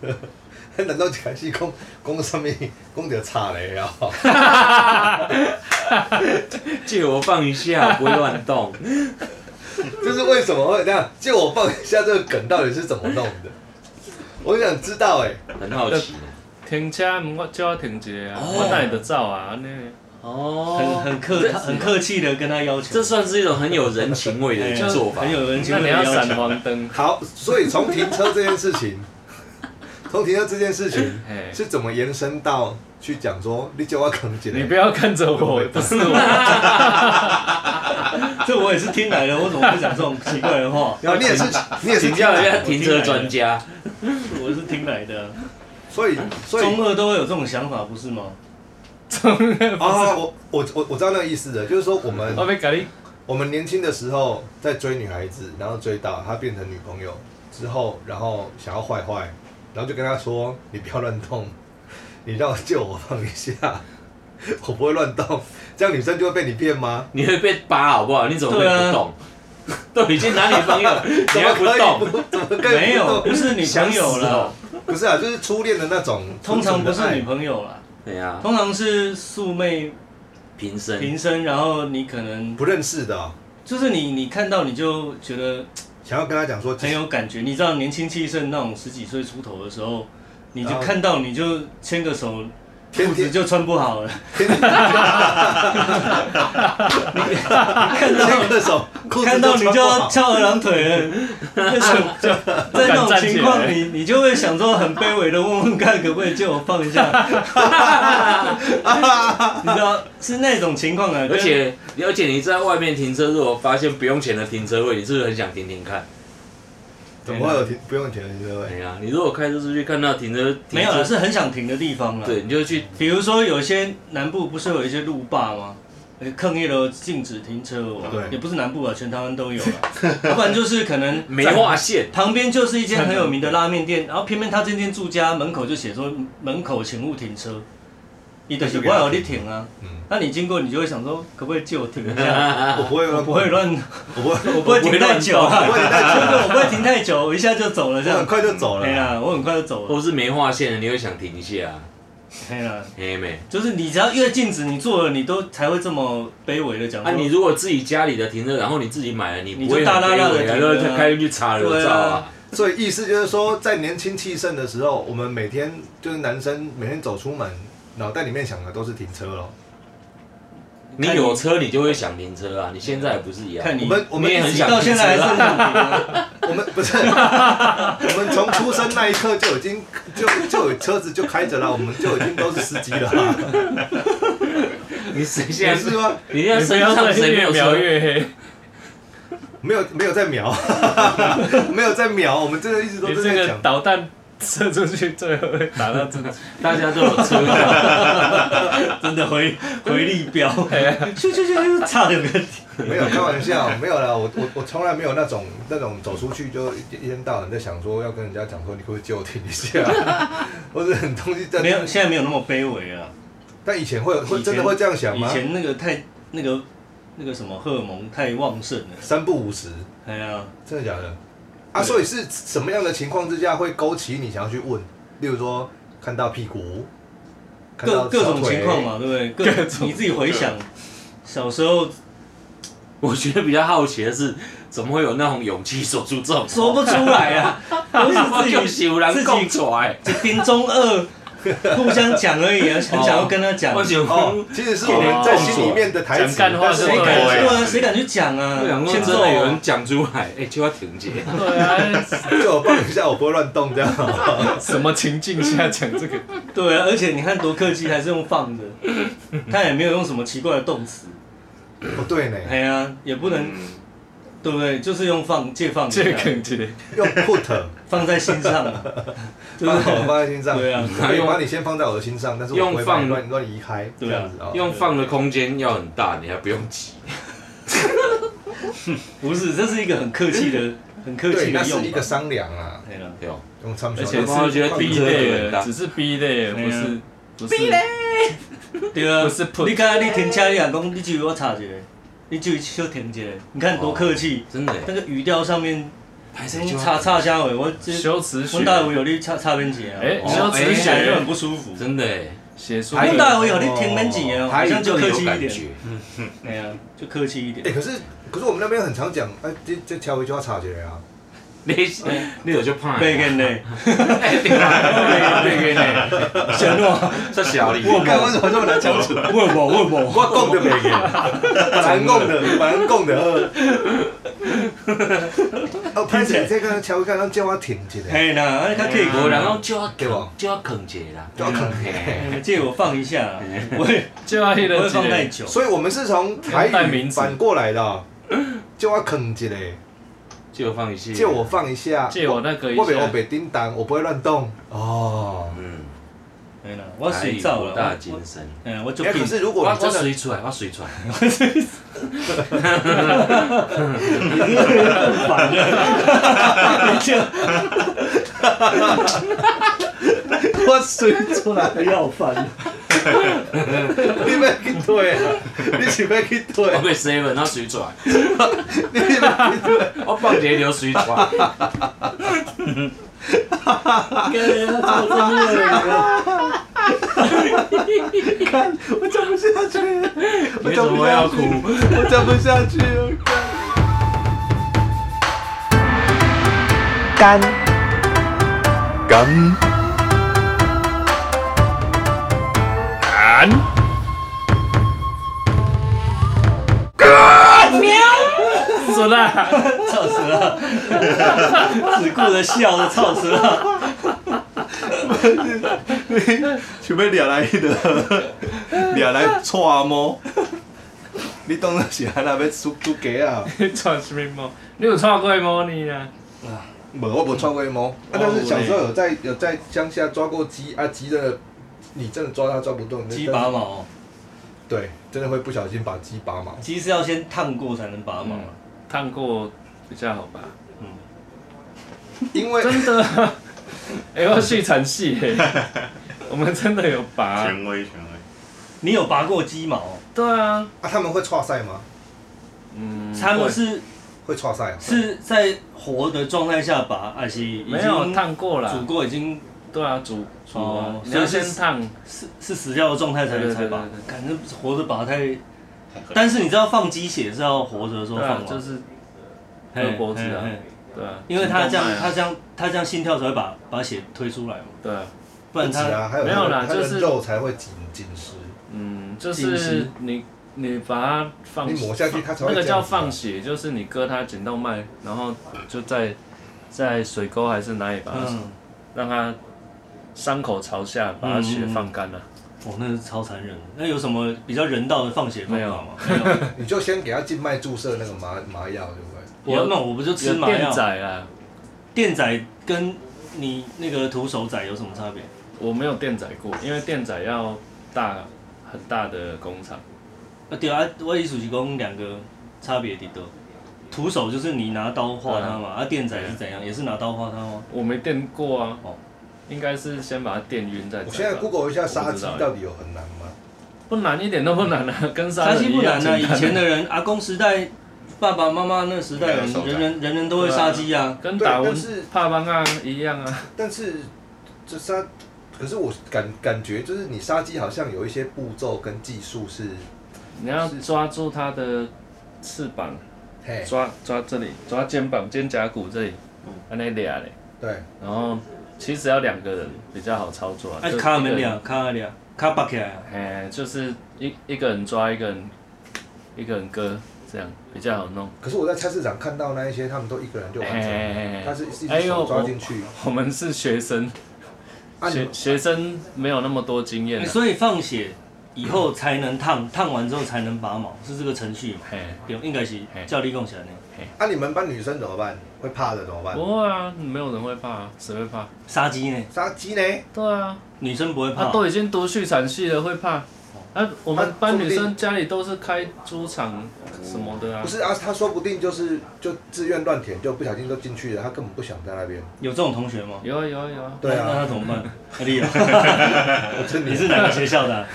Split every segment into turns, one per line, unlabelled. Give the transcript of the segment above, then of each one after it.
咱都一开始讲讲啥物，讲着差嘞啊！
借我放一下，不会乱 动。
这是为什么会这样？借我放一下这个梗到底是怎么弄的？ 我想知道哎、
很好奇
停车，毋我叫我停一下啊，我等下就走啊，安尼。
很
哦，
很客很客气的跟他要求，
这算是一种很有人情味
哎
的做法
很。有人情
那
味
你
的
要
要求。
闪黄灯，
好，所以从停车这件事情， 从停车这件事 情
嘿，
是怎么延伸到去讲说你叫我扛起来？
你不要看着我，不是我，
这我也是听来的，我怎么会讲这种奇怪的话？
啊，你 也是你也是
请教一下停车专家，
我是听来的，
所以所以
中二都会有这种想法，不是吗？
啊，我我我我知道那个意思了，就是说我们
我要甲你
我们年轻的时候在追女孩子，然后追到她变成女朋友之后，然后想要坏坏，然后就跟她说：“你不要乱动，你让我借我放一下， 我不会乱动。”这样女生就会被你骗吗？
你会被扒好不好？你怎么会
啊
不动？都已经男女朋友， 你
怎
还
么
不
可以
动？
不？怎么可以
没有，不
不动？
是女朋友
想死
啦
哦，
不是啊，就是初恋的那种，
通常
纯纯
不
的
是
爱
女朋友啦，
对哎呀，
通常是素昧
平身
平生，然后你可能
不认识的哦、
就是你你看到你就觉得
想要跟她讲说，
很有感觉，你知道年轻气盛那种十几岁出头的时候，你就
然后
看到你就牵个手，
天
裤子
天
就穿不好了。
天天牵个手，裤子
看
都
到你
穿
就
不
要
好。
翘二郎 腿了，那种就在那种情况，你你就会想说很卑微的问问看，可不可以借我放一 下？你知道是那种情况啊，
而且而且你在外面停车，如果发现不用钱的停车位，你是不是很想停停看？
怎么会有停不用停的停车位？
对呀，你如果开车出去看到停车，停车
没有啊了，是很想停的地方了。
对，，你就去
比如说有些南部不是有一些路霸吗？呃，抗议了禁止停车哦，
对
也不是南部啊，全台湾 都有了，要不然就是可能
梅画线，
旁边就是一间很有名的拉面店，然后偏偏他这间住家门口就写说门口请勿停车，你的是不要你停啊。
嗯，
那你经过你就会想说，可不可以借我停一 下？
我不会
啊我
乱，
不会乱，
我不会，
我不会停太久啊，
我不会乱动
就是我不会停太久，我一下就走了这
我很
样。
快就走了
哎
啦。
呀，我很快就走了。
或是没画线的，你会想停一下，
哎呀，
嘿没？
就是你只要越禁止你做了，你都才会这么卑微的讲说。
啊，你如果自己家里的停车，然后你自己买了，你不
你
会
就大大大的
很卑微啊
停啊
然后就开进去查人
对啊
照啊，
所以意思就是说，在年轻气盛的时候，我们每天就是男生每天走出门，脑袋里面想的都是停车咯。
你
看
有车你就会想停车啊，你现在也不是一样？
看你
我们我们
你也
一
很
直
想
到现在还是很想停啊，
我们 不是，我们从出生那一刻就已经就就有车子就开着了，我们就已经都是司机了啦，
你谁
也
现在
是吗？
你现在
你不
身
要
上
再
谁没
越
有
描
车？
越黑，
没有没有在瞄， 没有在瞄，我们真的一直都
你
是
这
在
个
讲。
导弹射出去，最后会打到自己。
大家都有车啊，
真的回回力标，咻咻咻咻，差点没 有
没有开玩笑，没有啦，我我我从来没有那种那种走出去就一一天到晚在想说要跟人家讲说你可不可以借我停一下， 或者很东西在
没有，现在没有那么卑微啊了。
但以前会有会
以前
真的会这样想
以
吗？
前那个太那个那个什么荷尔蒙太旺盛了，
三不五时，
哎呀，
真的假的？啊，
对
所以是什么样的情况之下会勾起你想要去问？例如说看到屁股，看
各
到
各
小
种
腿
情况，嘛，对不对？各
各种
你自己回想，小时候
我觉得比较好奇的是，怎么会有那种勇气说出 这种话？
说不出来 啊，都
我
是
就
自己
是有人讲出来，
一丁中二，互相讲而已啊，很想要跟他讲
我。想
哦
说，，
其实是我
哦
们在心里面的台词，
讲干话
但是
是
我
谁
不
敢
对
说啊？谁敢去讲 啊
我想？说
欠
真
揍
的有人
啊！
讲出来， 哎，就要停姐。
对啊，
就我放一下，我不会乱动这样。哦
什么情境下讲这个？
对啊，而且你看多客气，还是用放 的，他也没有用什么奇怪的动词。
不对呢，
哎呀，也 不能，
嗯
对不对？就是用放借放一下
这个梗姐，
用 put。
放在心 上啊，对
放
不
好
对？
放在心上，
对啊
我可以把你先放在我的心上，但是我不会把你乱乱移开，这
对啊
样子啊。
用放的空间要很大，你还不用急。
不是，这是一个很客气的、很客
对，
气
那
的
是
用
一个
法。
商量啊，
对了，
对哦，
用参考。
而且
我觉
是
得
B
听着就
类
很大
的，只是 B 类的，不是不是
B 类
对啊，
不是 put
你刚才你停车，你讲讲，你就我插一个，你就小停一个，你看多客气，
真的耶。
那个语调上面嗯
拍谁
你
就
嗯插插香尾，我这
修辞学
温，大有有你插插边节啊，
哎，
哦
修辞
哎
想就
学
很不舒服。
真的哎，
写书
温
的
大有有你听边节
哦
啊，好
台
像
语
就
更
客
有
气
感
一点，
觉，
哎呀，就客气一
哎、
点。
可是可是我们那边很常讲，哎、这这条回就要查起来啊。
你嗯你有就怕，
背根呢？
哎对啦背个呢，
小诺，
这小李，
我看为什么这么难相处？
问我问我，
我供的没给，蛮供的，蛮供的。哦，拍姐，这个乔刚刚叫我停一下，
嘿啦，啊，你较客气。
无人讲就要
对吧
啃就要啃一下啦，
就要啃
嘿
嗯借我放一下啊，我也
就要黑
不会
了
放太
姐，
久。
所以我们是从台
代
语
名词
反过来的哦，叫我啃一下，
借我放一下，
借我，放一下，
借我那个一
我别我
下，
别叮当，我不会乱动哦。
嗯，
嘿啦，我水
台
照
语博
了，
大
我
精深。
嗯，我就
哎，可是如
我
果
我
你真的
水出来，我水出来，
反了，就
我水出来，
要反了。
你要去退啊？你是要去退
我？被 seven，我水出来，
你是要去退？
我放一个流水出来，
我讲不下去了，我
你怎
讲不
么
下
要
去
哭？
我讲不下去了。干
干
干
死了，
操 死了！ 只顾着笑的操死了！
想要掠来迄个，掠来串毛。你当然是安那要出出家啊？
你穿什么猫？你有穿过猫呢？啊？
无，我无穿过猫，啊，但是小时候有在有在乡下抓过鸡啊，鸡真的，你真的抓它抓不动，
鸡拔毛，
对，真的会不小心把鸡拔毛。
鸡是要先烫过才能拔毛啊
嗯。，烫过比较好吧？
因为
真的 啊，哎，我续产戏 耶，我们真的有拔，
权威权威，
你有拔过鸡毛？
对啊，
啊，他们会串赛吗？
嗯，
他们
会
是
会串赛啊？
是在活的状态下拔，还是已经
没有烫过啦，
煮过已经
对啊，煮煮啊
哦，
你要
所以
先
是
烫，
是是死掉的状态才
对对
能才
对
拔
对？对
感觉活着拔太……但是你知道放鸡血是要活着的时候
对
放
啊
吗，？
就是
嘿
割脖子啊
嘿嘿
对啊，
因为他这样
主动脉啊
他这样他这样心跳才会把把血推出来嘛，
对啊，
不然
挤
他
啊，还有
没有啦
它的
就是
肉才会紧紧 实。
嗯，就
紧实
是你你把它放，
你抹下去它才会
那个
这样
叫
子啊
放血，就是你割它颈动脉，然后就在在水沟还是哪里把它、
嗯，
让它伤口朝下，把它血放干啊了、
哇，那是超残忍的。那有什么比较人道的放血方法吗？没 有，啊
你就先给它静脉注射那个麻麻药，对不对？
我那我不就吃
有
麻药
电？仔啊，
电仔跟你那个徒手仔有什么差别？
我没有电仔过，因为电仔要大很大的工厂，
啊对啊，我艺术提供两个差别的多。徒手就是你拿刀划它嘛，啊电仔是怎样？也是拿刀划它吗？
我没电过啊，
哦
应该是先把它电晕再宰吧。
我现在 Google 一下杀
我不
鸡
知道欸
到底有很难吗？
不难，一点都不难啊，跟杀
杀
人
鸡
一
嗯不
样
难啊，以
简单
前的人阿公时代、爸爸妈妈那时代人，
应该有手
人
宰
人人人都会杀鸡啊。
跟
对
打
但
文
是
帕邦啊一样啊。
但是这杀，可是我感感觉就是你杀鸡好像有一些步骤跟技术是，
你要抓住它的翅膀，
哎
嘿，
抓抓这里，抓肩膀、肩胛骨这里，
嗯
安尼俩嘞。
对，
然后其实要两个人比较好操作啊。
哎，
就
卡
一个
门
人
俩，卡俩，卡拔起来啊。
哎，就是一一个人抓一个人，一个人割，这样比较好弄。
可是我在菜市场看到那一些，他们都一个人就完成了，
哎
他是一
哎
只
呦
手抓
我
进去，
我们是学生，
啊，你
学学生没有那么多经验、
哎
啊。
所以放血以后才能烫， 烫完之后才能拔毛，是这个程序嘛？
哎，
对，应该是
嘿
照理讲起来呢。
啊，你们班女生怎么办？会怕的怎么办？
不会啊，没有人会怕、啊，谁会怕？
杀鸡呢，
杀鸡呢？
对啊，啊
女生不会怕。
他、都已经读畜产系了，会怕？他、啊，我们
啊
班
说
女
不定
生家里都是开猪场什么的啊
不，是啊，他说不定就是就自愿乱填，就不小心就进去了，他根本不想在那边。
有这种同学吗？
有啊有啊有啊，
对
那那
啊
他，怎么办？阿丽啊，
这
你是哪个学校的啊？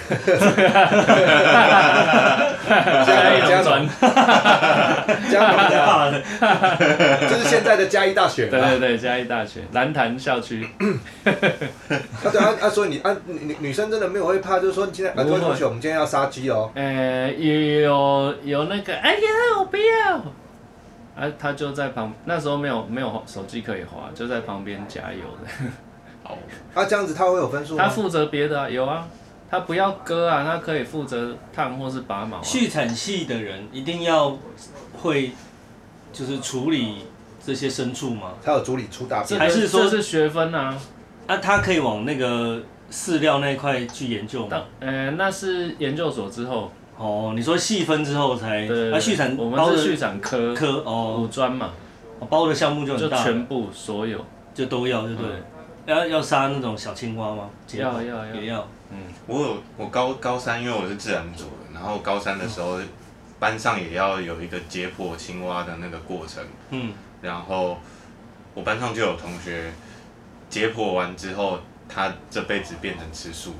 啊嘉义嘉农
转，
嘉农
太
的，
大了，
就是现在的嘉义大啊学
对
嘛。
对对，嘉义大学蓝潭校区，
啊对啊啊，所以你啊女女女生真的没有会怕，就是说你今天啊
不
各
会
位同学，我们今天要杀鸡哦。
呃，有有那个，哎呀，我不要，啊，他就在旁，那时候没有没有手机可以滑，就在旁边加油的，
啊这样子他会有分数
他
吗？
负责别的、啊，有啊，他不要割啊，他可以负责烫或是拔毛、啊，
畜产系的人一定要会，就是处理这些牲畜吗？
他有主理出大
这
便
个
还是说
这是学分啊？
啊，他可以往那个饲料那一块去研究吗
当？呃，那是研究所之后，
哦，你说细分之后才，
对对
啊，
对，
畜产
我
包
们
的
是畜产科
科哦
五，专嘛，
包的项目就
就
很大，
全部所有，
就都要，对不对？要要杀那种小青蛙吗？
要要要
也嗯要。
我有我高高三，因为我是自然组的，然后高三的时候班上也要有一个解剖青蛙的那个过程，
嗯，
然后我班上就有同学解剖完之后，他这辈子变成吃素，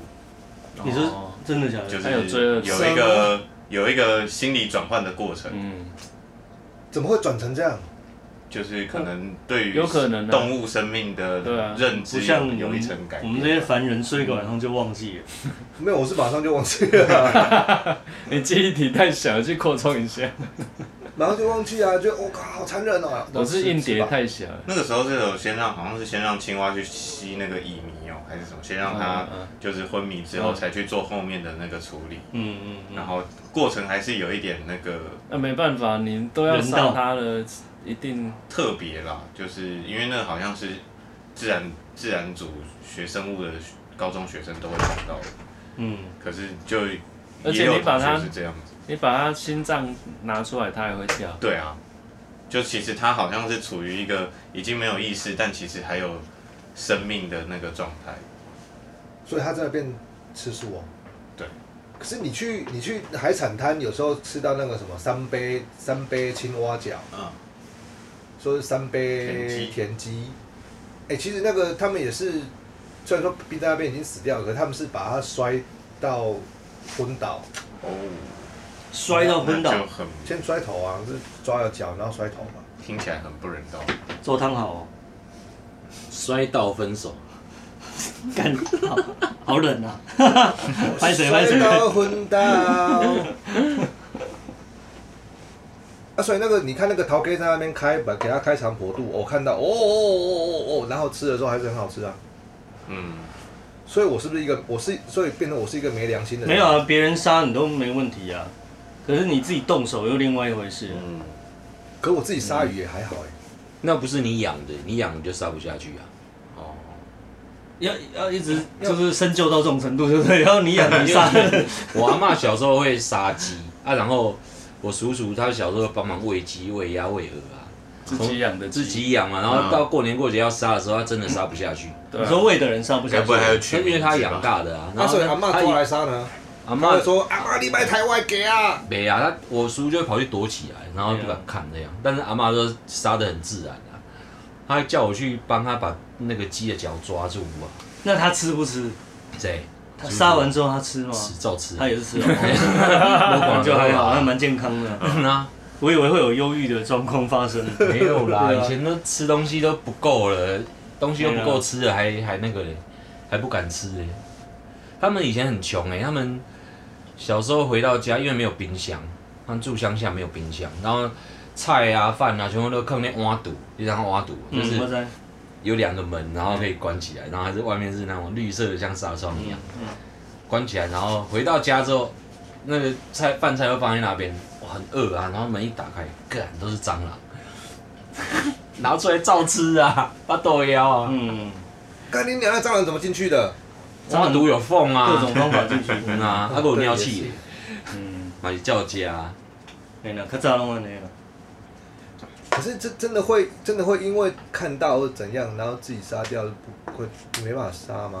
你说
哦
真的假的？
就是
还有罪恶感
有一个有一个心理转换的过程，
嗯，
怎么会转成这样？
就是可能对于
有可能啊
动物生命的
对啊
认
不
知
像
有
我
一
们
层改
我
变。
们这些凡人睡一个晚上就忘记了。
没有，我是马上就忘记 了，
你记忆体太小，去扩充一下，
马上就忘记啊，就我靠，好残忍哦！
我是硬碟
吧
太小了，
那个时候是有先让，好像是先让青蛙去吸那个乙醚哦，还是什么，先让它
嗯嗯
就是昏迷之后
嗯
才去做后面的那个处理，
嗯嗯嗯。
然后过程还是有一点那个
那没办法，你都要
人道
杀他了，一定
特别啦，就是因为那个好像是自然自然组学生物的高中学生都会碰到的，
嗯，
可是就
而且
也有
你把
同
它
学是这样子，
你把他心脏拿出来，他也会跳。
对啊，就其实它好像是处于一个已经没有意识，但其实还有生命的那个状态。
所以他真的变吃素哦。
对。
可是你去你去海产摊，有时候吃到那个什么三杯三杯青蛙脚，
嗯，
说是三
田
杯
鸡
田鸡，哎、其实那个他们也是，虽然说冰在那边已经死掉了，可是他们是把它摔到昏倒，
哦，
摔到昏倒
那，就很
先摔头啊，是抓了脚然后摔头嘛。
听起来很不人道。
做汤好哦，
摔到分手，
干好，好冷 啊！拍谁拍
摔
谁？
到昏倒。啊，所以那个你看那个陶哥在那边开，把给他开肠破肚，我看到哦哦哦哦哦哦，然后吃的时候还是很好吃啊。
嗯，
所以我是不是一个我是所以变成我是一个没良心的人？
没有啊，别人杀你都没问题啊，可是你自己动手又另外一回事。
嗯
可我自己鲨鱼也还好哎、
那不是你养的，你养你就杀不下去啊。
哦，
要要一直就是深究到这种程度，对不对？然后你养你 杀，
我阿妈小时候会杀鸡啊，然后我叔叔他小时候帮忙喂鸡、喂鸭、喂鹅啊，
自己养的
自己
啊
养嘛。然后到过年过节要杀的时候，他真的杀不下去，
对
你
啊
说喂的人杀不
该
下去
不会，还有
因
取名
为
字吧
他养大的啊。
那
然
嗯
后
所以阿
妈
嬷抓来杀呢？
阿
他
妈
会说阿嬷你买台湾给啊，
没啊，他我叔就会跑去躲起来，然后就把他砍这样。
哎
但是阿妈都杀的很自然啊，他还叫我去帮他把那个鸡的脚抓住啊，
那他吃不吃？
对，
他杀完之后他吃
哦
吗？
吃照吃，
他也 是吃 哦，
我
就还好，还
啊
蛮健康的。
啊，
我以为会有忧郁的状况 发生，
没有啦，
对啊
以前都吃东西都不够了，东西又不够吃了，还还那个嘞，还不敢吃嘞。他们以前很穷哎、他们小时候回到家，因为没有冰箱，他们住乡下没有冰箱，然后菜啊饭啊全部都坑那挖堵，就像挖堵，就
嗯，
是
我在
有两个门，然后可以关起来，然后还是外面是那种绿色的，像纱窗一样，关起来，然后回到家之后，那个菜饭菜又放在那边，我很饿啊，然后门一打开，干都是蟑螂， 拿出来照吃啊，把豆腰啊，
嗯，
干你娘那蟑螂怎么进去的？
蟑螂
挖毒有缝
各
啊
种，方法进去，
嗯 啊，他给我尿
对
气，
嗯，
嘛
哎
是叫家、啊，
没了，可咋弄完没了？
可是这真的会真的会因为看到或怎样，然后自己杀掉，不会没办法杀吗？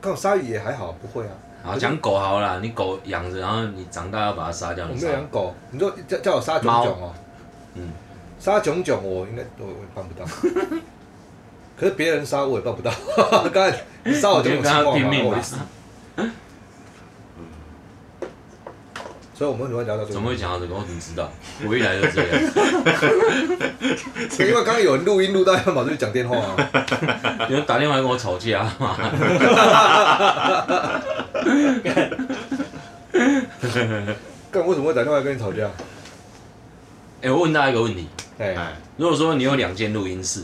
看我鲨鱼也还好，不会啊。
好，讲狗好了啦，你狗养着，然后你长大要把它杀掉，
我
你
没
杀
有。养狗，你说叫叫我杀囧囧哦，
嗯，
杀囧囧我应该我我也办 不到，可是别人杀我也办不到， 刚才你杀我
你
囧囧
就跟
情
它
况
拼
嘛，
命
啊我
吧
会。死所以我们怎么会聊到这个？
怎么会讲到这个？我怎么知道？我一来就这样。
因为刚刚有人录音录到要跑出去讲电话啊。
有人打电话跟我吵架 嘛？
干为什么会打电话跟你吵架？
哎、我问大家一个问题：
哎，
哎，
如果说你有两间录音室，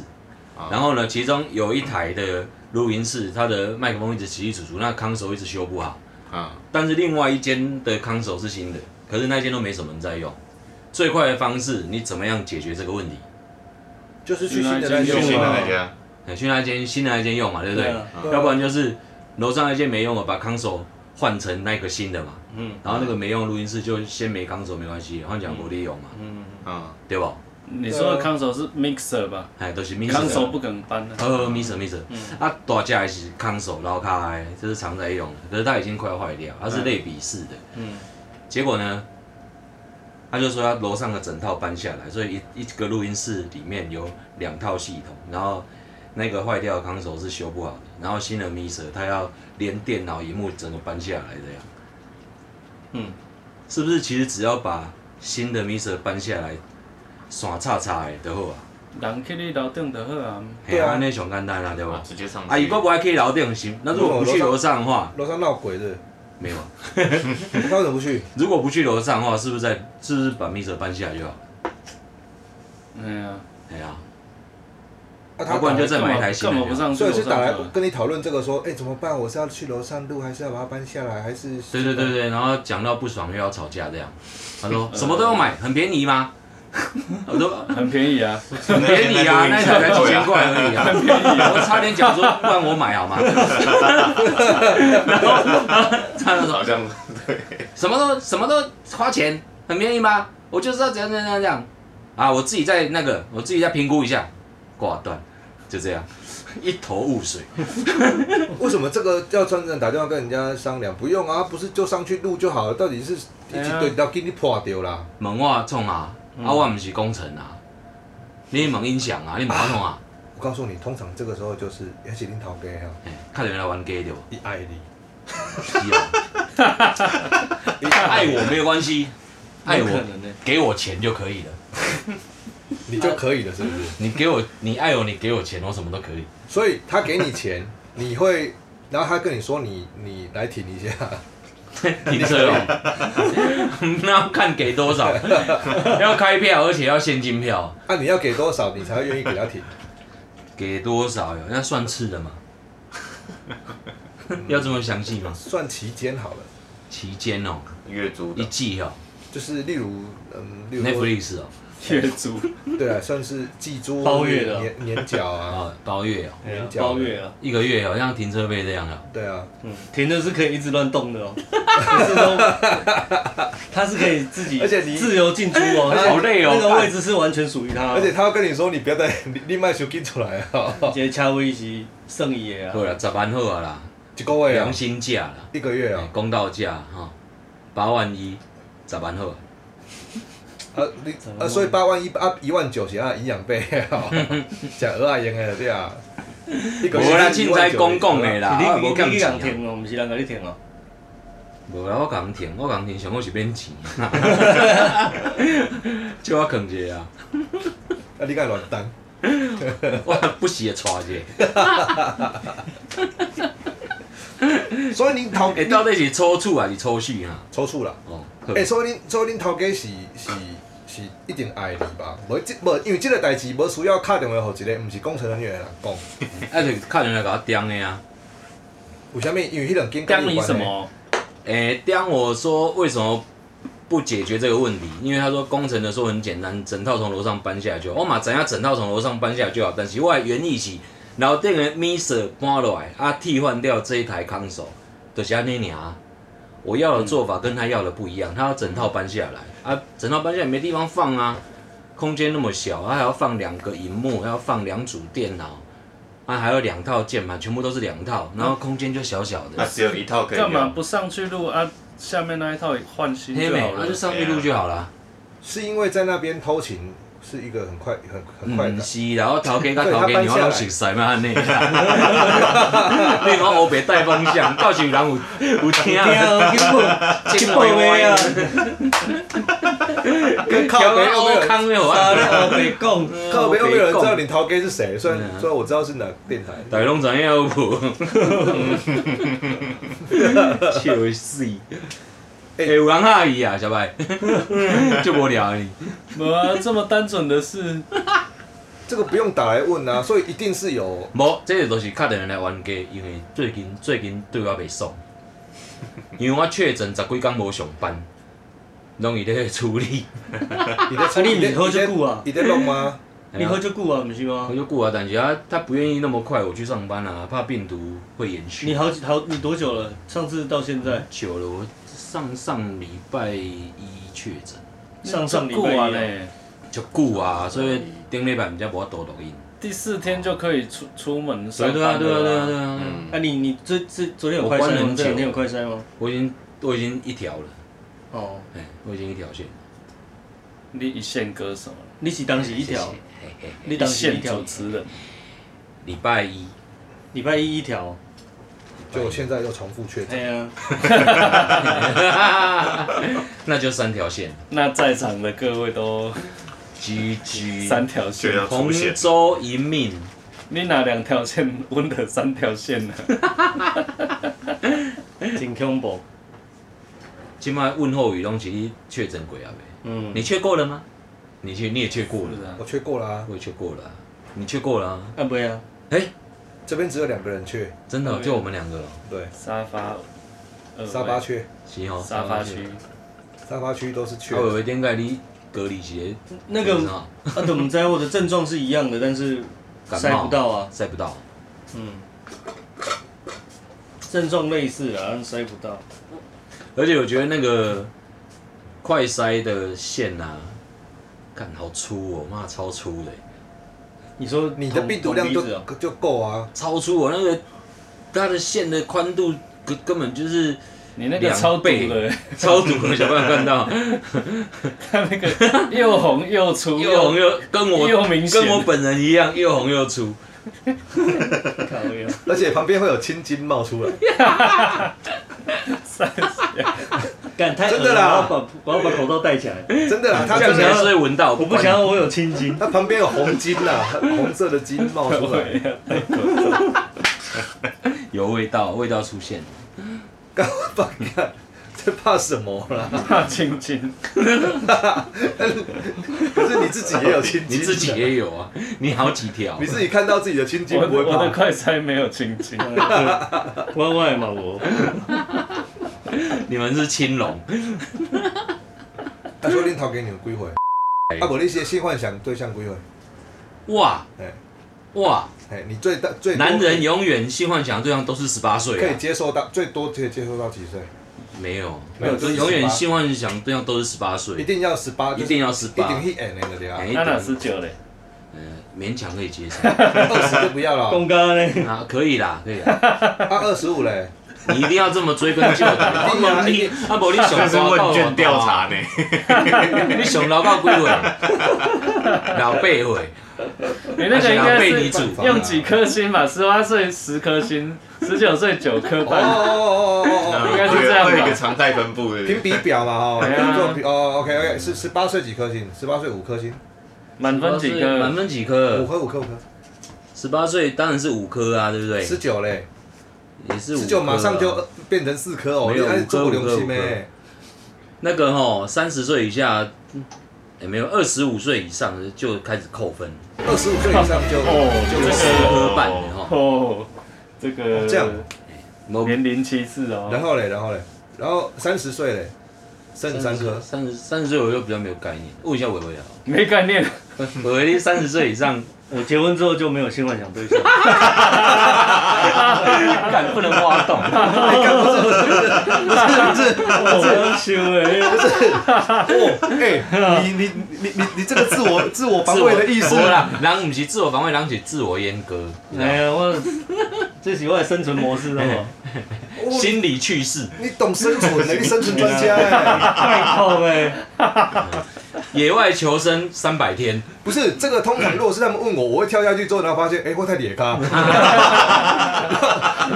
啊
好
然后呢，其中有一台的录音室，它的麦克风一直起起楚楚，那康手一直修不好，
啊，
但是另外一间的康手是新的，可是那间都没什么人在用。最快的方式，你怎么样解决这个问题？
就是去新的那
去
去
间
新
用
的
啊
那家，
哎去那间新的那间用嘛，对不对？
啊
对啊
要不然就是楼上那间没用了，把康手换成那个新的嘛。
嗯
然后那个没用录音室就先没康手没关系，换讲国利用嘛，
嗯，
嗯，
对吧？
你说的 console 是 mixer 吧
哎，都是 mixer。
？console 不肯搬了。
呃，miss miss，啊，
嗯
大架也是康手捞开，这是常在用的，可是它已经快坏掉，它是类比式的。
嗯
结果呢，他就说他楼上的整套搬下来，所以一一个录音室里面有两套系统，然后那个坏掉的康手是修不好的，然后新的 miss 他要连电脑荧幕整个搬下来这样。
嗯，
是不是其实只要把新的 miss 搬下来，耍叉叉的就好啊？
人去你楼顶就好啊。
对啊
嘿那上简单啊，对吧
啊？直接上去。
啊，如果不爱可以聊电行，那如果不去楼上的话，
楼上闹鬼的，
没有啊。
你为什么不去？
如果不去楼上的话，是不是在是不是把密室搬下来就好？
哎呀，
哎呀、
啊，
要不然就再买一台新
干
的
嘛不
就好。
上去
所
楼
以
上
是
就
打来
好了？
跟你讨论这个说，哎，怎么办？我是要去楼上录，还是要把它搬下来，还是？
对对对。对，然后讲到不爽又要吵架这样，他说什么都要买，很便宜吗？我说
很便宜啊，
很便宜啊，那一台才几千块而已啊，
很便宜啊。
我差点讲说不然我买好吗？ 然后他就说
好像
什么都什么都花钱，很便宜吗？我就知道怎样怎样怎样怎样啊！我自己再那个，我自己再评估一下，挂断，就这样， 一头雾水。
为什么这个要专人打电话跟人家商量？不用啊，不是就上去录就好了？到底是一起
哎
对到给你破掉啦？
问我创啊，
嗯
啊我唔是工程啊，你问音响啊，你问我创 啊，
我告诉你，通常这个时候就是，而且领导给啊，
嘿较哎多人来玩 gay 对不？
你爱你，
是哦爱我没有关系，爱
有可
我
能呢。
给我钱就可以了。
你就可以了，是不是？
你给我，你爱我，你给我钱，我什么都可以。
所以他给你钱， 你会，然后他跟你说你你来挺一下，
停车哦， 那要看给多少，要开票，而且要现金票，
啊，你要给多少你才会愿意给他挺？
给多少哟？那算次的嘛？ 要这么详细吗？
算期间好了，
期间哦，
月租
一
的，
季哦
就是例如，嗯，例如说
，Netflix 哦，
月租
对啊，算是寄租
包月的
年年缴啊，
啊，包 月哦，
年缴
包
的
月啊，
一个月哦，像停车费这样哦。
对啊，
嗯，停的是可以一直乱 动的哦，一直都，他是可以自己
而且你
自由进出哦，他
好累哦
那个位置是完全属于他哦，
而且他要跟你说你不要再你你卖手机出来啊，
这车位是算伊的
好
啊，
了，十万好啊啦，
一个月啊
良，心价啦，
一个月
哎
啊，
公道价哈，八万一，十万好。
啊你啊，所以八万一啊一万九是啊营养费 啊，讲鹅啊用的对啊，一个
无啦，
月
凊彩讲讲的啦，啊，
是你
无
你
讲
你人
钱啊。
停哦，不是人甲你停 哦，
无啦，我共停，我共停，上好是免钱。 借我扛一下啊，
啊你敢乱当，
我不时会带一下。
所以你头
哎、到底是抽搐还是抽蓄啊？
抽搐啦。
哦，好
哎、所以恁所以恁头家是是是一定爱你吧？无即无因为即个代志无需要敲电话互一个毋是工程人员的人讲，
啊，就打电话给我点的啊。
为什物？因为迄两间
干
跟
你
有关
什
的？
么？
哎、点我说为什么不解决这个问题？因为他说工程的说很简单，整套从楼上搬下来就好。我嘛知影整套从楼上搬下来就好，但是我的原意是楼顶的 miser 搬落来，啊，替换掉这一台康手，就是安尼尔。我要的做法跟他要的不一样，他要整套搬下来啊，整套搬下来没地方放啊，空间那么小，他还要放两个荧幕，还要放两组电脑，啊，还有两套键盘，全部都是两套，然后空间就小小
那
的。
只有一套可以啊
干嘛
用。
不上去录啊？下面那一套换新
黑
就好
美，啊那
了
就。上去录就好了。
是因为在那边偷情是一个很快很很快
嗯，
的，
是，然后头家甲头家
对他搬
娘
下来
拢熟识嘛，安尼。你 讲黑白带风向，到时有人有有听
对啊，去报去
这
报
歪歪
名 啊！
跟靠
调
北又没
个
有
欧
人
康没有
啊，
啊？
你后白讲，
靠北又没有人知道
你。
领头 gay 是谁，虽然
嗯啊
虽然我知道是哪个电台，
大家拢知影有无？笑 死！哎、有人下伊啊，小白， 就无聊你。
没啊，这么单纯的事，
这个不用打来问啊，所以一定是有
无，这个就是敲电话来冤家，因为最近最近对我袂爽，因为我确诊十几天无上班，拢伊咧处理。
你在
啊你不是
在
喝就
在
久啊
你在弄吗？
你喝就久啊，不是吗
我？就顾啊，但是啊，他不愿意那么快我去上班啊，怕病毒会延续。
你好几好，你多久了？上次到现在，
久了，我上上礼拜一确诊，
上上礼
过完欸
拜一啊
嘞，
就顾啊，所以顶礼拜毋才无多录音。
第四天就可以出出门上
对
班
对啊，对啊，对啊，对
啊。
啊。
嗯，
啊，你你这这昨天有
我
快
关
筛吗
很？
这两
久
天有快筛吗？
我已经我已经一条了，
哦，
哎，我已经一条线，
你一线歌手，
你是当时一条
谢谢，嘿嘿嘿
你
一
当时一
线
条
主，持人，
礼拜一，
礼拜一一条。
就我现在又重复确诊
哎，
啊
呀，
那就三条线
那在场的各位都三
，GG，
条
就
线，
要出
同
现。
舟一命，
你哪两条线温的三条线啊呢？
真恐怖。
今麦问候语拢是你确诊过啊呗？
嗯，
你确过了吗？你确你也确过
是
了，
啊
我确过啦、啊，
我也确过了啊，你确过了啊？
啊不会啊，
哎，
这边只有两个人确，
真的哦
对
就我们两个了，
对，
沙发，二位
沙发，区，
行哦，
沙发区，
沙发区都是确
啊，我有一点解你隔离些
那个
哦
啊，怎么在我的症状是一样的，但是
感
筛
冒
不到啊。
晒不到，
嗯，症状类似啊，但筛不到。
而且我觉得那个快塞的线啊，看好粗哦，妈超粗的，
你说
你的
捅
病毒
捅
量
鼻
就
子啊
就够啊，
超粗哦，那个它的线的宽度根根本就是
你那个超毒
两
的，
超堵的，小朋友看到
他那个又红又 粗
又红又跟我
又明显
跟我本人一样又红又粗，
靠腰
而且旁边会有青筋冒出来，
干太恶
真的
了
啦
我要把我要把口罩戴起来。
真的啦，他
这样
真
子还是
的，
会闻到，
我不
管
想要我有青筋。
他旁边有红筋啦，红色的筋冒出来。
对呀
有味道，味道出现，
干嘛干？这怕什么啦？
大青筋，
可是你自己也有青筋啊，
你自己也有啊，你好几条
你，自己看到自己的青筋
我
不会
的我的
怕，
快餐没有青筋，
歪歪嘛我，
你们是青龙，
他说定头给你们归回。啊，我那些性幻想对象归回。
哇
哎
哇，
哎，你最大最多
男人永远性幻想对象都是十八岁
可
啊
以。接受到最多可以接受到几岁？
没有，
没有就是
永远
18
性幻想对象都是十八岁，
一定要十八，
一定要18
一定去演那个的啊
哎，
那哪是酒嘞？
呃勉强可以接受
二十就不要了，
公干嘞，
啊，可以啦，可以啦，
他二十五嘞，
你一定要这么追根究底，啊
定啊
不你啊不你
这
想
是问卷调查，呢，
你想老到几岁？老八岁，
你那个应该
被你
是
煮
用几颗星吧？十八岁十颗星，十九岁九颗
哦
半。
哦哦哦哦
应该是这样吧
嗯会有一个常态分布的
哦，。评比表嘛哦，
哎呀
工作比哦，OK OK，是十八岁几颗星？十八岁五颗星，
满分几
满
颗？
分几
五
颗？
颗五颗五颗，
十八岁当然是五颗啊，对不对？
十九嘞，
也是五
十
颗
九
啊
马上就变成四颗哦，
没有
你看你做不
五颗
良心
五颗
咩？
那个吼，三十岁以下，也没有二十五岁以上就开始扣分，
二十五岁以上就
哦
就
这
四
个
颗半的吼。
哦，这个
这样
没
年龄歧视哦。
然后嘞，然后嘞，然后三十岁嘞，三十三颗，
三十三十岁我就比较没有概念。问一下伟伟啊，
没概念。
伟伟三十岁 以上，
我结婚之后就没有性幻想对象，
敢不能挖洞？
我行为
哎、你你你你你这个自我自我防卫的意识
自，我啦，人不是自我防卫，人是自我阉割，
哎呀，我这是我的生存模式哦，
心理去世。
你懂生存的，你生存专家哎、
太靠呗，
野外求生三百天，
不是这个，通常如果是他们问我，我会跳下去之后，然后发现，哎、我太野咖，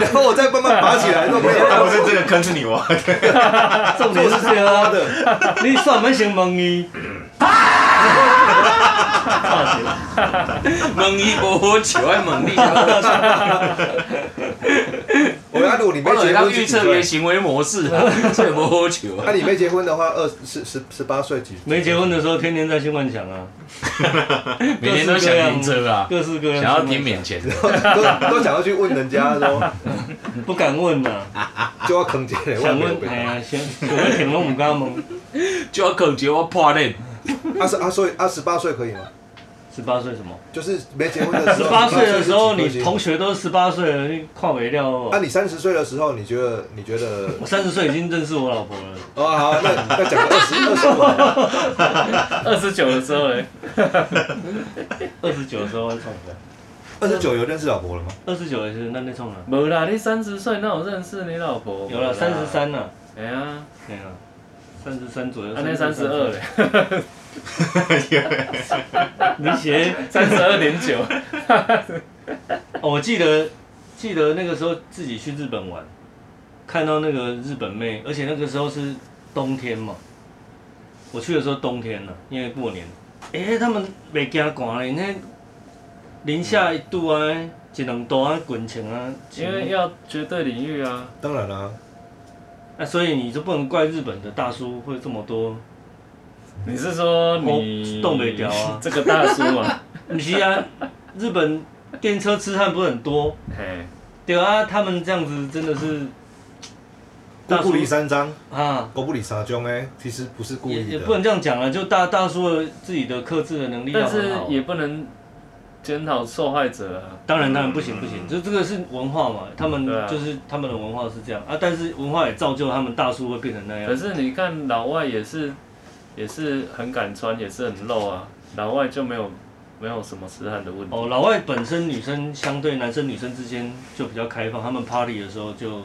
然后我再慢慢爬起来，都 没有
但
到
不是这个坑是你挖的，
重点是这
他
啊，
的。
你算门先问伊，
问伊无好笑，爱问 你才好笑。
我要如果你没
我就是
结
要
婚，
预测你的行为模式 啊，所以无好笑
那、
啊。
你没结婚的话，二十十十八岁几？
没结婚的时候天天在性幻想啊，
每天都想停车啊，
各式各样，
想要停免钱。
都都想要去问人家说，
不敢问呐，
就要坑姐，我也
想
没有
问
被
哎
打。
呀，想想停拢唔敢问，
就要口诀我破裂，
二十二岁，二十八岁可以吗？
十八岁什么？
就是没结婚的时
十
候，
八岁的时候，
18岁是
你
几
同学都十八岁了，你跨没料
那、啊、
哦。
你三十岁的时候，你觉得你觉得
我三十岁已经认识我老婆了，
哦好，那那讲个二十二十五，
二十九的时候欸嘞，
二十九的时候还创的，
二十九有认识老婆了吗？
二十九的时候那那创了，
没啦，你三十岁，那我认识你老婆。
有了三十，三了，
哎呀，
没了，三十三左右。
啊那三十二嘞，
你写
三十二点九，
哦，我记得记得那个时候自己去日本玩，看到那个日本妹，而且那个时候是冬天嘛，我去的时候冬天了、因为过年。诶、他们袂惊寒嘞，那零下一度啊，一两度啊，滚床啊，
因为要绝对领域啊。
当然啦、
那、啊所以你就不能怪日本的大叔会这么多。
你是说你
我动不了啊
这个大叔 啊？
不 是啊，日本电车痴汉不是很多，
嘿，
对啊，他们这样子真的是
孤不理三张，
啊，
狗不理三张哎，其实不是故
也
意
也
的
不，能这样讲了，啊就大大叔的自己的克制的能力要
但
很
是
好。啊
也不能检讨受害者啊。
当然当然不行不
嗯
行，就这个是文化嘛，他们
对啊
就是他们的文化是这样啊，但是文化也造就他们大叔会变成那
可
样。
是你看老外也是，也是很敢穿，也是很露啊。老外就没有没有什么痴汉的问题。
哦，老外本身女生相对男生女生之间就比较开放，他们 party 的时候就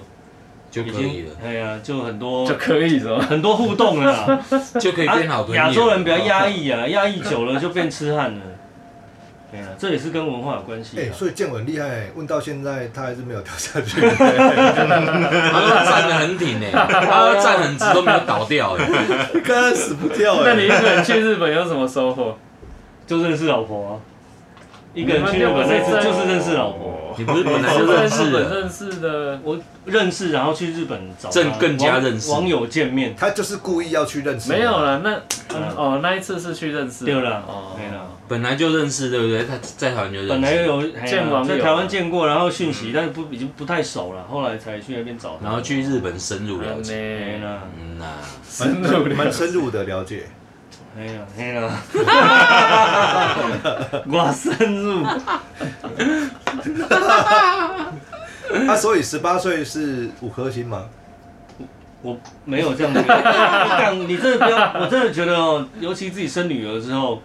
就
已
可以
经
了，
哎呀，就很多
就可以是吧？
很多互动了啦。
就可以变好哦
啊
朋友。
亚洲人比较压抑啊，压抑久了就变痴汉 了。对啊，这也是跟文化有关系
哎、
啊。
所以建文厉害、问到现在他还是没有掉下 去，
他都站得很挺 诶，他都站很直都没有倒掉诶。
刚刚死不掉哎
那你一个人去日本有什么收获？
就认识老婆、啊，一个人去日本那次就是认识老婆，
你不是本来就认识
日本
了？
认识的，
我认识，然后去日本找他
正更加认识
网网友见面，
他就是故意要去认识，
没有，了。那、嗯哦，那一次是去认识。
对了，
哦，
没了。
本来就认识，对不对？他在台湾就认
本来
识，
有哎呀
见网友
在台湾见过，然后讯息，但是不已经不太熟了，后来才去那边找他。
嗯
哎
然后去日本深入了
嗯
解。
没
呢，
了，
嗯呐，
深入
蛮
了解。
深入的了解。
没了，没了， 我深入，
啊，所以十八岁是五颗星嘛？
我没有这样子。干你真的不要，我真的觉得哦，尤其自己生女儿之后，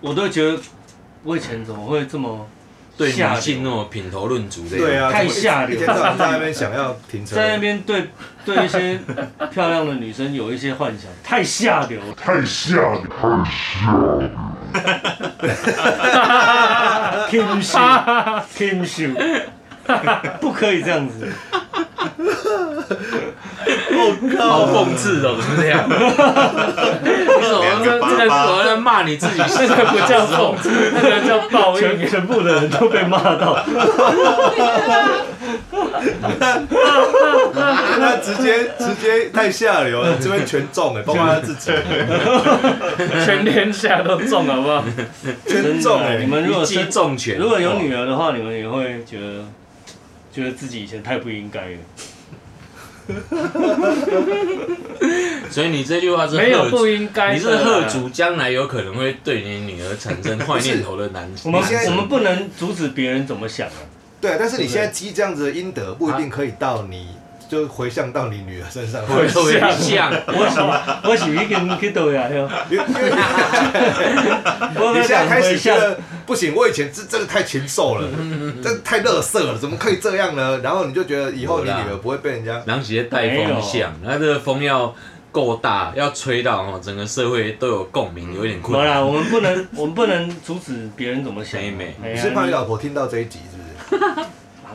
我都会觉得我以前怎么会这么
对
下
女
流
性那么品头论足的，
对，啊，
太
怎么一
下流
一天到晚在那边想要停车，
在那边对对一些 漂亮的女生有一些幻想，太下流了。
太像了，太像了。
天秀，天秀， 不可以这样子。
好讽刺哦，怎么这 样？你怎么这这个我在骂你自己？
那个不叫讽刺，那个叫报应。
全部的人都被骂到，
他直 接直接太下流了，这边全中哎，包括他自己
全天下都中，好不好？
全中
真的啊你
哎。
们如果
一击
生
重拳，
如果
哦
有女儿的话，你们也会觉得觉得自己以前太不应该了。
所以你这句话是
没有
贺
不应该的啦
你是贺主将来有可能会对你女儿产生坏念头的男
我们
你现在
我们不能阻止别人怎么想啊。
对啊，但是你现在积这样子的阴德，不一定可以到你，就回向到你女儿身上，
会会像
我是我是已经去倒呀， 对吧
因为因为
我
你现在开始觉
像
得不行，我以前这真的太禽兽 了，这太乐色了，怎么可以这样呢？然后你就觉得以后你女儿不会被人家
然后直接带风向，那这个风要够大，要吹到哦，整个社会都有共鸣，有一点困
没啦，
难。
我们不能，我们不能阻止别人怎么想啊。
妹妹
哎呀
你是怕你老婆听到这一集是不是？
啊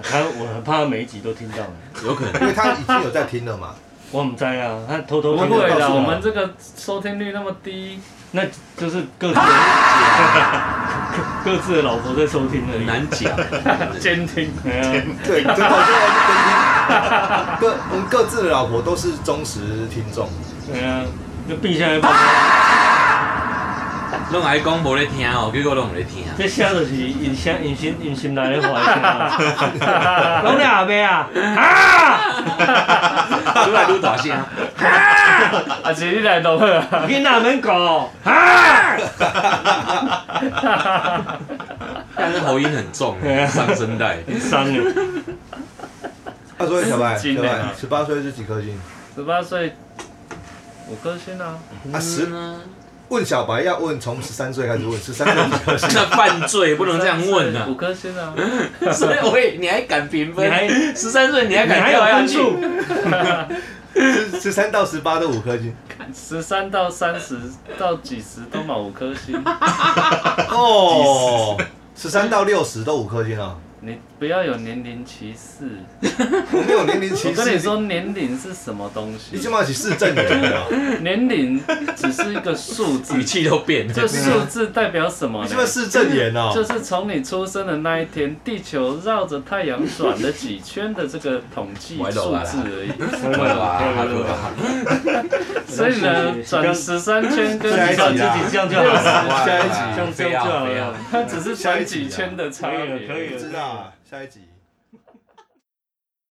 他，我很怕他每一集都听到了。
有可
因
能
为她已经有在听了嘛。
我很在啊，他偷偷
不
听
会
到
啦，
了
我们这个收听率那么低，
那就是各自的 各自的老婆在收听而
很
已。
难讲。
监听。
哎呀，
对，真的，我现在 是跟听各我们各自的老婆都是忠实听众，
哎呀，就闭下来吧。
拢爱讲无咧听哦，结果拢有咧听。
这下就是隐心隐心隐心来的话，拢俩阿伯啊， 啊，
愈来愈大声，
啊，是你来懂了。
囡仔免搞啊。
但是喉音很 重，
啊
上声带。
伤了，
他说小 白，
真
小
的
白，十八岁是几颗星？
十八岁五颗星啊，
啊，十问小白要问从十三岁开始问，十三岁几颗 星？
那犯罪不能这样问啊
五！颗星啊，
所以我也你还敢评分
你还？
十三岁你还
你
敢
还有
掉下
分
去？
数，
十十三到十八都五颗星。
十三到三十到几十都满五颗星。
哦，十三到六十都五颗星啊，
你不要有年龄歧视。
没有年龄歧
我
视。
跟你说，年龄是什么东西
你，你起？码是市政员 的啊，
年龄只是一个数字
语，气都变了。
这数字代表什么
你
呢
起？码市政员哦。
就是从你出生的那一天，地球绕着太阳转了几圈的这个统计
歪楼
数
啊
字而已。
不 会吧？不会吧？
所以呢，转十三圈跟
下一
你
集
把
啊
自己这样就好
不会吧
了，
下一集
这样这
非
样
要
就好
非要
了。
它只是转几圈的差别。
可以了可以了
知道啊，下一集。